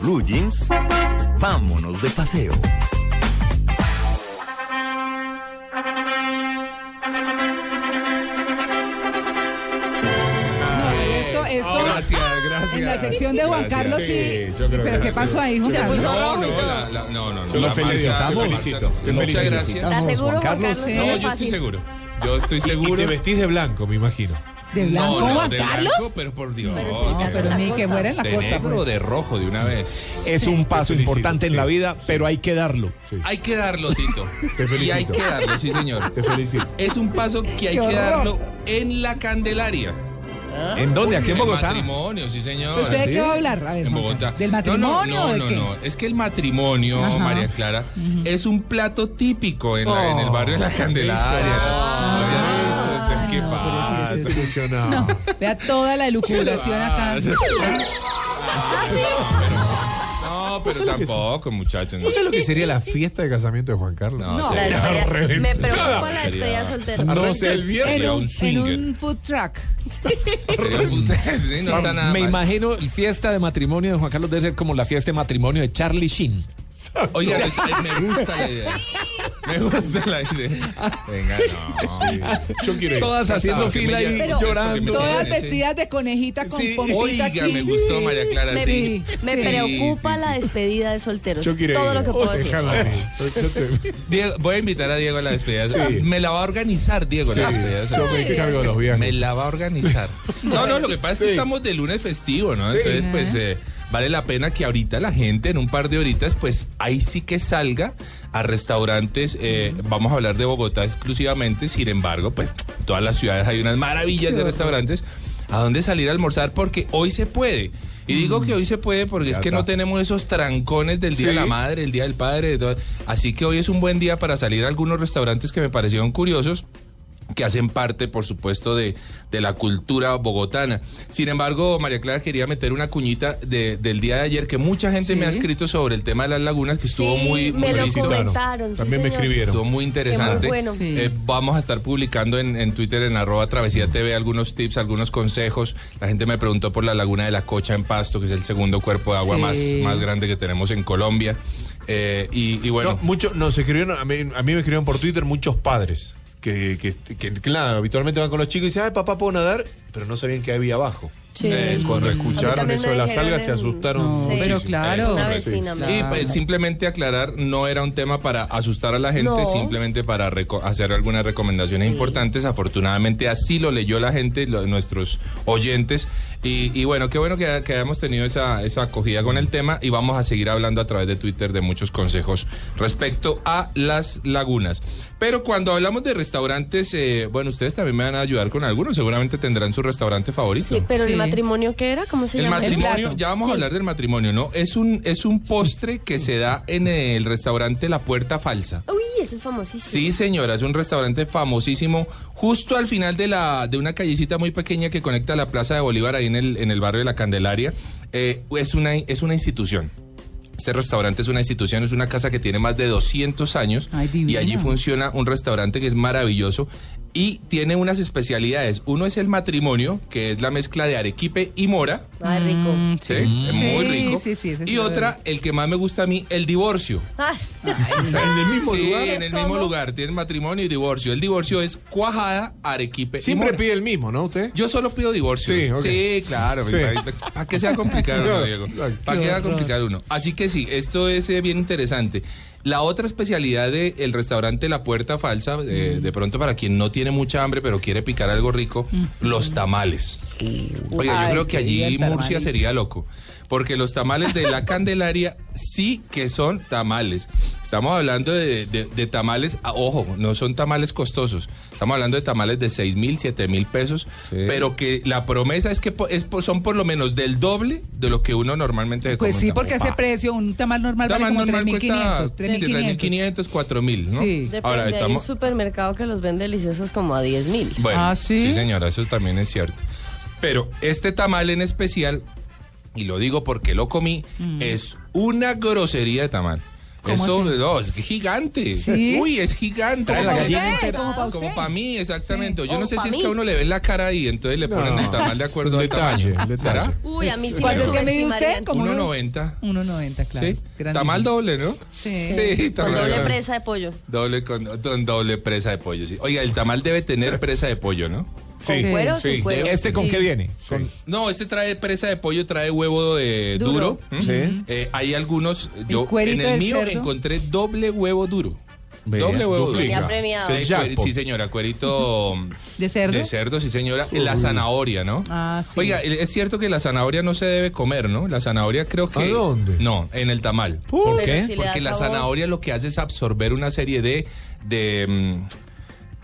Blue Jeans, vámonos de paseo. No, esto, esto Gracias, gracias. en la sección de Juan Gracias. Carlos sí. yo creo Pero que ¿qué gracias. pasó ahí, Juan Se Carlos? puso No, rojo y no, todo. la- la- no, no, no. Yo lo la marca, felicitamos. te felicito. Yo Muchas felicito. gracias. ¿Estás Juan seguro, Juan Carlos, Carlos? sí. No No, es yo estoy fácil. seguro. Yo estoy seguro. Y te vestís de blanco, me imagino. ¿De blanco no, no, Juan de Carlos? blanco, pero por Dios. Pero sí, No, ya pero en ni la que costa. fuera en la de costa. negro o pues. de rojo de una vez. Es un paso felicito, importante en sí. la vida, pero hay que darlo. Hay que darlo, Tito. Te felicito. Y hay que darlo, sí, señor. Te felicito. Es un paso que hay Qué que horror. darlo en la Candelaria. Ah. ¿En dónde? ¿Aquí en Bogotá? matrimonio, sí, señor. ¿Pero ¿Usted de Sí. qué va a hablar? A ver, En Juan Bogotá. Carlos. ¿Del No, matrimonio No, o no, de no, qué? no. Es que el matrimonio, Ajá. María Clara, es un plato típico en, la- en el barrio de Oh, la Candelaria. Ah, O sea, ah, eso, ¿Qué no, pero es Ah, pasa? que Se sí. funciona. Vea toda la elucubración acá. Ah, sí. No, pero tampoco, muchachos. no. ¿No sabes lo que sería la fiesta de casamiento de Juan Carlos? No, No, sería- la despedida- me reventada. preocupa la Sería- despedida soltera. No sé, el En viernes. Sería un un, en swinger. un food truck. sería un- sí, no está nada Ah, Me mal. imagino la fiesta de matrimonio de Juan Carlos debe ser como la fiesta de matrimonio de Charlie Sheen. Oiga, es- eh, me gusta la idea. Me gusta la idea. Venga, no. Yo quiero ir. Todas Casado, haciendo que me fila y llame. Pero- llorando. Toda- Todas sí. vestidas de conejita con Sí, pompita Oiga, aquí. me gustó María Clara, Me, sí. me Sí, preocupa sí, la sí. despedida de solteros. Yo quiero Todo ir. lo que puedo decir. Déjame a mí. Yo te- Diego, voy a invitar a Diego a la despedida. Sí. Me la va a organizar, Diego, la despedida. Sí, yo me encargo de los viajes. Me la va a organizar. No, no, lo que pasa es que estamos de lunes festivo, ¿no? Entonces, pues, eh, vale la pena que ahorita la gente, en un par de horitas, pues, ahí sí que salga a restaurantes. eh, vamos a hablar de Bogotá exclusivamente. Sin embargo, pues, todas las ciudades hay unas maravillas de restaurantes. ¿A dónde salir a almorzar? Porque hoy se puede. Y digo que hoy se puede porque Ya es que no está. tenemos esos trancones del Día de la Sí. Madre, el Día del Padre. de todo. Así que hoy es un buen día para salir a algunos restaurantes que me parecieron curiosos que hacen parte, por supuesto, de, de la cultura bogotana. Sin embargo, María Clara quería meter una cuñita de- del día de ayer que mucha gente Sí. me ha escrito sobre el tema de las lagunas, que estuvo Sí, muy, muy me lo felicitado. comentaron. sí, También me señor. escribieron. Estuvo muy interesante. Qué bueno. Sí. Eh, vamos a estar publicando en, en Twitter, en arroba travesía TV, algunos tips, algunos consejos. La gente me preguntó por la laguna de la Cocha en Pasto, que es el segundo cuerpo de agua Sí. más, más grande que tenemos en Colombia. Eh, y, y bueno, No, mucho- nos escribieron, a mí, a mí me escribieron por Twitter muchos padres que, que, que, claro, habitualmente van con los chicos y dicen, ay, papá, puedo nadar, pero no sabían que había abajo. Sí. Eh, es Cuando correcto. A mí escucharon también eso me de las dijeron algas, se en- asustaron. No, Sí, pero muchísimo. claro. es Una correcto. vecina me Y dijo. pues, simplemente aclarar, no era un tema para asustar a la gente, No. simplemente para reco- hacer algunas recomendaciones importantes. Afortunadamente así lo leyó la gente, lo- nuestros oyentes. Y, y bueno, qué bueno que, que hayamos tenido esa, esa acogida con el tema y vamos a seguir hablando a través de Twitter de muchos consejos respecto a las lagunas. Pero cuando hablamos de restaurantes, eh, bueno, ustedes también me van a ayudar con algunos, seguramente tendrán su restaurante favorito. Sí, pero Sí. el matrimonio, ¿qué era? ¿Cómo se El llama? matrimonio, plato. ya vamos a Sí. hablar del matrimonio, ¿no? Es un, es un postre que se da en el restaurante La Puerta Falsa. Uy, ese es famosísimo. Sí, señora, es un restaurante famosísimo, justo al final de la de una callecita muy pequeña que conecta la Plaza de Bolívar ahí en el, en el barrio de la Candelaria. Eh, es, una, es una institución. Este restaurante es una institución, es una casa que tiene más de 200 años Ay, divino. y allí funciona un restaurante que es maravilloso y tiene unas especialidades. Uno es el matrimonio, que es la mezcla de arequipe y mora. Ay, rico. Mm, Sí, es muy Sí, rico. sí, sí, ese sí y lo otra, veo. el que más me gusta a mí, el divorcio. Ay, En el mismo lugar. en el mismo ¿Cómo? lugar. Tienen matrimonio y divorcio. El divorcio es cuajada, arequipe y Siempre mora. pide el mismo, ¿no? ¿Usted? Yo solo pido divorcio. Sí, ok. Sí, claro. Sí. Para que sea complicado uno, Claro, Diego. claro. Para que Qué sea horror. complicado uno. Así que sí, esto es eh, bien interesante. La otra especialidad del restaurante La Puerta Falsa, eh, Mm. de pronto para quien no tiene mucha hambre pero quiere picar algo rico, Mm. los tamales. Oiga, yo Ay, creo que qué bien, allí Murcia hermanito. sería loco. Porque los tamales de la Candelaria sí que son tamales. Estamos hablando de, de- de tamales, a- ojo, no son tamales costosos. Estamos hablando de tamales de 6 mil, 7 mil pesos. Pero que la promesa es que po- es po- son por lo menos del doble de lo que uno normalmente se Pues come un sí, tamal. porque a ese Pa. precio un tamal normal Tamal vale normal como cuesta 3.500. 3.500. 3.500, 4.000, ¿no? Sí. depende, Ahora hay un estamos... supermercado que los vende deliciosos como a 10 mil. Bueno, Ah, ¿sí? señora, eso también es cierto. Pero este tamal en especial, y lo digo porque lo comí, es una grosería de tamal. ¿Cómo Eso así? no, es gigante. ¿Sí? Uy, es gigante. Trae la Como gallina pa' entera. usted, Como Como pa' para mí, exactamente. Sí. Yo O no sé pa' si es mí. que a uno le ven la cara y entonces le ponen No. el tamal de acuerdo al Detalle, tamaño. detalle. ¿Será? Uy, a mí sí me ¿Cuánto es que mide subestimarían. usted? Como 1.90. 1.90, claro. Sí. Grandísimo. Tamal doble, ¿no? Sí. Con tamal doble presa de pollo. Doble, con, con doble presa de pollo, sí. Oiga, el tamal debe tener presa de pollo, ¿no? ¿Con Sí, cuero o sí. sin cuero? ¿Este con qué viene? Con- No, este trae presa de pollo, trae huevo de duro. Duro. ¿m? Sí. Eh, hay algunos, yo cuerito en el del mío cerdo? encontré doble huevo duro. Vea, doble huevo duplica. duro. Tenía premiado. Sí, El cuer- jackpot. sí, señora, cuerito ¿De cerdo? de cerdo, sí, señora. La zanahoria, ¿no? Ah, sí. Oiga, el- es cierto que la zanahoria no se debe comer, ¿no? La zanahoria creo que... ¿A dónde? No, en el tamal. ¿Por Pero qué? si le Porque da la sabor. zanahoria lo que hace es absorber una serie de... de, mm,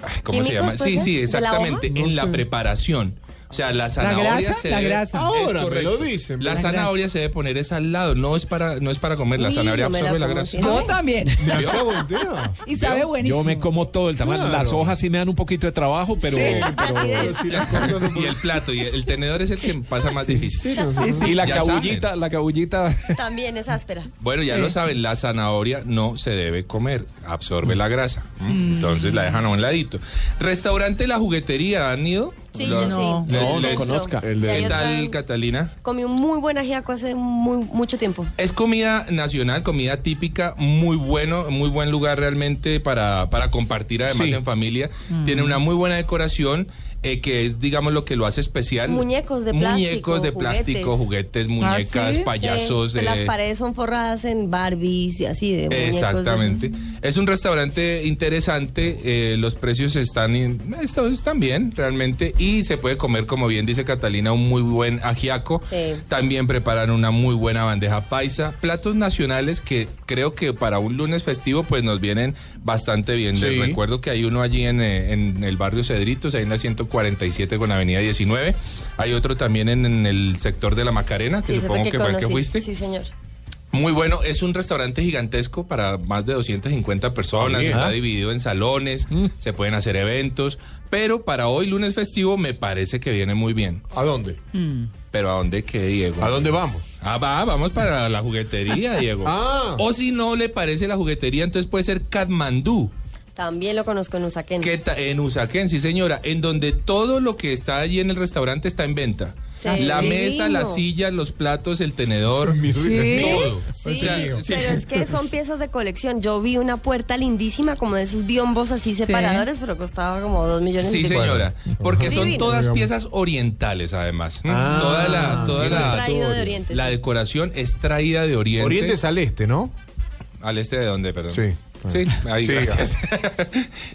ay, ¿Cómo se ¿Químicos, llama? Sí, sí, puede ser? ¿De la hoja? exactamente, en la preparación. O sea, la zanahoria grasa? se La debe- grasa. es Ahora me correcto. lo dicen, La, pero- zanahoria se debe poner es al lado, no es para no es para comer, la Uy, zanahoria no me la absorbe la, como, grasa. sí. Yo también. Me acabo de enterar. Y sabe buenísimo. Yo me como todo el tamal. Claro. Las hojas sí me dan un poquito de trabajo, pero. Así pero- es. Sí, la cortan un Y el plato y el tenedor es el que pasa más difícil. poquito. Y la Ya cabullita, saben. la cabullita. También es áspera. Bueno, ya lo saben, la zanahoria no se debe comer, absorbe la grasa. ¿m? Entonces la dejan a un ladito. Restaurante La Juguetería, ¿han ido? Sí, Lo- yo sí. No, del no centro. conozca. El de- Y hay ¿Qué otra tal, en- Catalina? Comí un muy buen ajiaco hace muy, mucho tiempo. Es comida nacional, comida típica, muy bueno, muy buen lugar realmente para, para compartir además Sí. en familia. Tiene una muy buena decoración, eh, que es digamos lo que lo hace especial. Muñecos de Muñecos plástico, de plástico, juguetes, muñecas, ¿sí? payasos. Eh, Las eh, paredes son forradas en Barbies y así de muñecos de esos. Exactamente. Es un restaurante interesante, eh, los precios están, in- está- están bien realmente y se puede comer, como bien dice Catalina, un muy buen ajiaco. Sí. También preparan una muy buena bandeja paisa. Platos nacionales que creo que para un lunes festivo pues nos vienen bastante bien. Sí. Les recuerdo que hay uno allí en, eh, en el barrio Cedritos, ahí en la 147 con la avenida 19. Hay otro también en, en el sector de la Macarena, que Sí, ese fue supongo que, fue el que conocí. fuiste. Sí, señor. Muy bueno, es un restaurante gigantesco para más de 250 personas, Bien. está Ah. Mm. dividido en salones, se pueden hacer eventos, pero para hoy lunes festivo me parece que viene muy bien. ¿A dónde? Pero ¿a dónde qué, Diego? ¿A dónde vamos? Ah, va, vamos para la juguetería, Diego. Ah. O si no le parece la juguetería, entonces puede ser Katmandú, También lo conozco en Usaquén. que ta- en Usaquén, sí señora, en donde todo lo que está allí en el restaurante está en venta. Sí. La mesa, Divino. las sillas, los platos, el tenedor. Sí. Todo. Sí, O sea, sí. pero es que son piezas de colección. Yo vi una puerta lindísima, como de esos biombos así separadores, pero costaba como dos millones Sí, y pico. señora, porque son Divino. todas piezas orientales además. Ah, toda la, toda tiene la, Traído de Oriente. la sí. decoración es traída de Oriente. Oriente es al este, ¿no? al este de dónde, perdón. Sí. Sí, ahí Sí. gracias.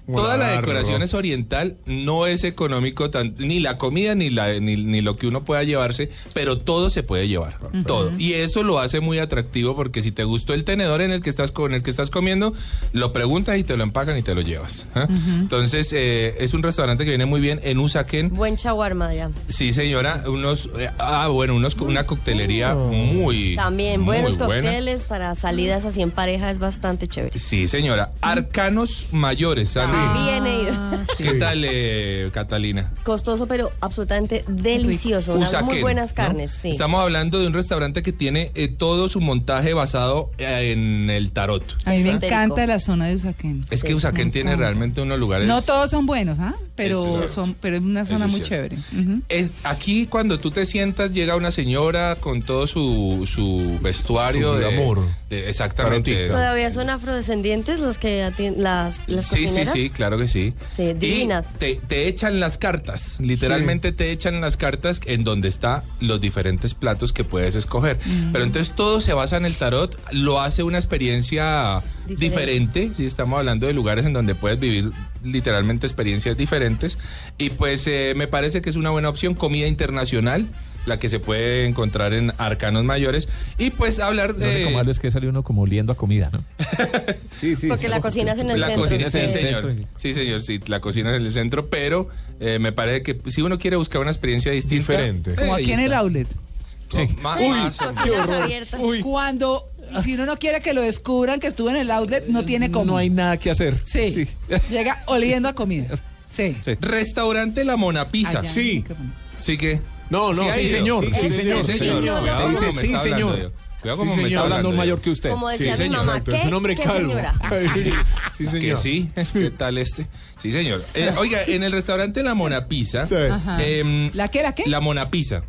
Toda la Guarro. decoración es oriental, no es económico tan- ni la comida ni la ni, ni lo que uno pueda llevarse, pero todo se puede llevar, todo. Y eso lo hace muy atractivo porque si te gustó el tenedor en el que estás con el que estás comiendo, lo preguntas y te lo empacan y te lo llevas. ¿ah? Entonces eh, es un restaurante que viene muy bien en Usaquén. Buen chaguarma de allá. Sí, señora, unos eh, ah bueno, unos co- una coctelería Oh. muy También muy buenos buena. cócteles para salidas así en pareja es bastante chévere. Sí, señora, Arcanos Mayores, ¿sabe? Ah, Bien he ido. ¿Qué tal eh, Catalina? Costoso, pero absolutamente delicioso. Unas Usaquén, muy buenas ¿no? carnes. Sí. Estamos hablando de un restaurante que tiene eh, todo su montaje basado eh, en el tarot. A mí me Esotérico. encanta la zona de Usaquén. Es que Usaquén me tiene encanta. realmente unos lugares No todos son buenos, ¿ah? Eso es Pero, cierto. son, pero es una zona Eso es muy cierto. chévere. Ujú. Es, aquí cuando tú te sientas llega una señora con todo su, su vestuario Su de glamour. de- exactamente. Tarotista. Todavía son afrodescendientes los que atien- las, las sí, sí, cocineras. sí, claro que sí. Sí, Y divinas. te, te echan las cartas, literalmente te echan las cartas en donde está los diferentes platos que puedes escoger. Pero entonces todo se basa en el tarot, lo hace una experiencia Diferente. diferente. Sí, estamos hablando de lugares en donde puedes vivir literalmente experiencias diferentes. Y pues eh, me parece que es una buena opción, comida internacional la que se puede encontrar en Arcanos Mayores y pues hablar Lo de recomendable es que sale uno como oliendo a comida, ¿no? sí, sí. Porque la cocina es en el la centro. cocina sí, en el sí. señor. centro. Sí, señor, sí, la cocina es en el centro, pero eh, me parece que si uno quiere buscar una experiencia distinta. Diferente. eh, Como ahí aquí en el está. outlet. Sí. Ma- Sí, más- cocinas abiertas. Cuando, si uno no quiere que lo descubran que estuvo en el outlet, no tiene como. No hay nada que hacer. Sí. Llega oliendo a comida. Sí. Sí. Restaurante La Mona Pizza. Allá. sí. Sí que. No, no, ha sí, ido. señor, sí, señor, Sí, sí, señor. Cuidado cómo me está hablando, señor. Sí, sí, señor. Diego. Cuidado Sí, como me señor. está hablando hablando un yo. mayor que usted. Como Sí, decía mi señor, mamá, Exacto, ¿qué? es un hombre ¿Qué, calvo. Ah, señora? Sí, sí, Que señor. sí, ¿qué tal este? Sí, señor. Eh, oiga, en el restaurante La Mona Pizza, Sí. Ajá. em, ¿La qué, la qué? La Mona Pizza.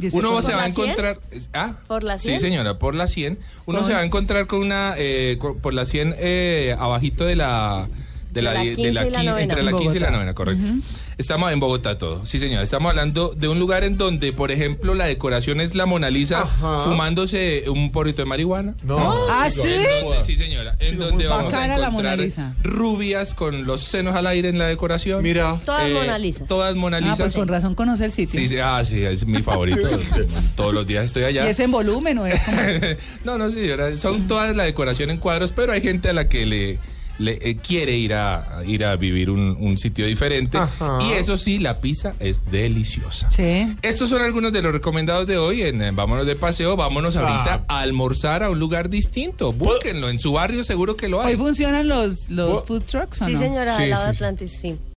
¿Y ese Uno por se la va a 100? encontrar. ¿Ah? ¿Por la 100? Sí, señora, por la 100. Uno Con- se va a encontrar con una. eh, co- por la 100, eh, abajito de la. De la, la die- de la 15 y la quin- novena. entre la 15 y la Bogotá. 9, correcto. Estamos en Bogotá todo. Sí, señora. Estamos hablando de un lugar en donde, por ejemplo, la decoración es la Mona Lisa Ajá. fumándose un porrito de marihuana. No. ¿Ah, chico, sí? no joda. Sí, señora. En Chico, donde por vamos a Bacana la Mona encontrar Lisa. rubias con los senos al aire en la decoración. Mira. Todas Eh, Mona Lisas. Todas Mona Ah, Lisas. pues con razón conoce el sitio. Sí, sí, ah, sí, es mi favorito. Todos los días estoy allá. Y es en volumen, ¿o es como- no, no, señora. Son todas la decoración en cuadros, pero hay gente a la que le, le, eh, quiere ir a, a ir a vivir un, un sitio diferente. Ajá. Y eso sí, la pizza es deliciosa. Sí. Estos son algunos de los recomendados de hoy en eh, Vámonos de Paseo. Vámonos ahorita a almorzar a un lugar distinto. Búsquenlo, en su barrio seguro que lo hay. Hoy funcionan los, los Oh. food trucks, ¿o Sí, no? señora, Sí, al lado sí, de sí. Atlantis, sí.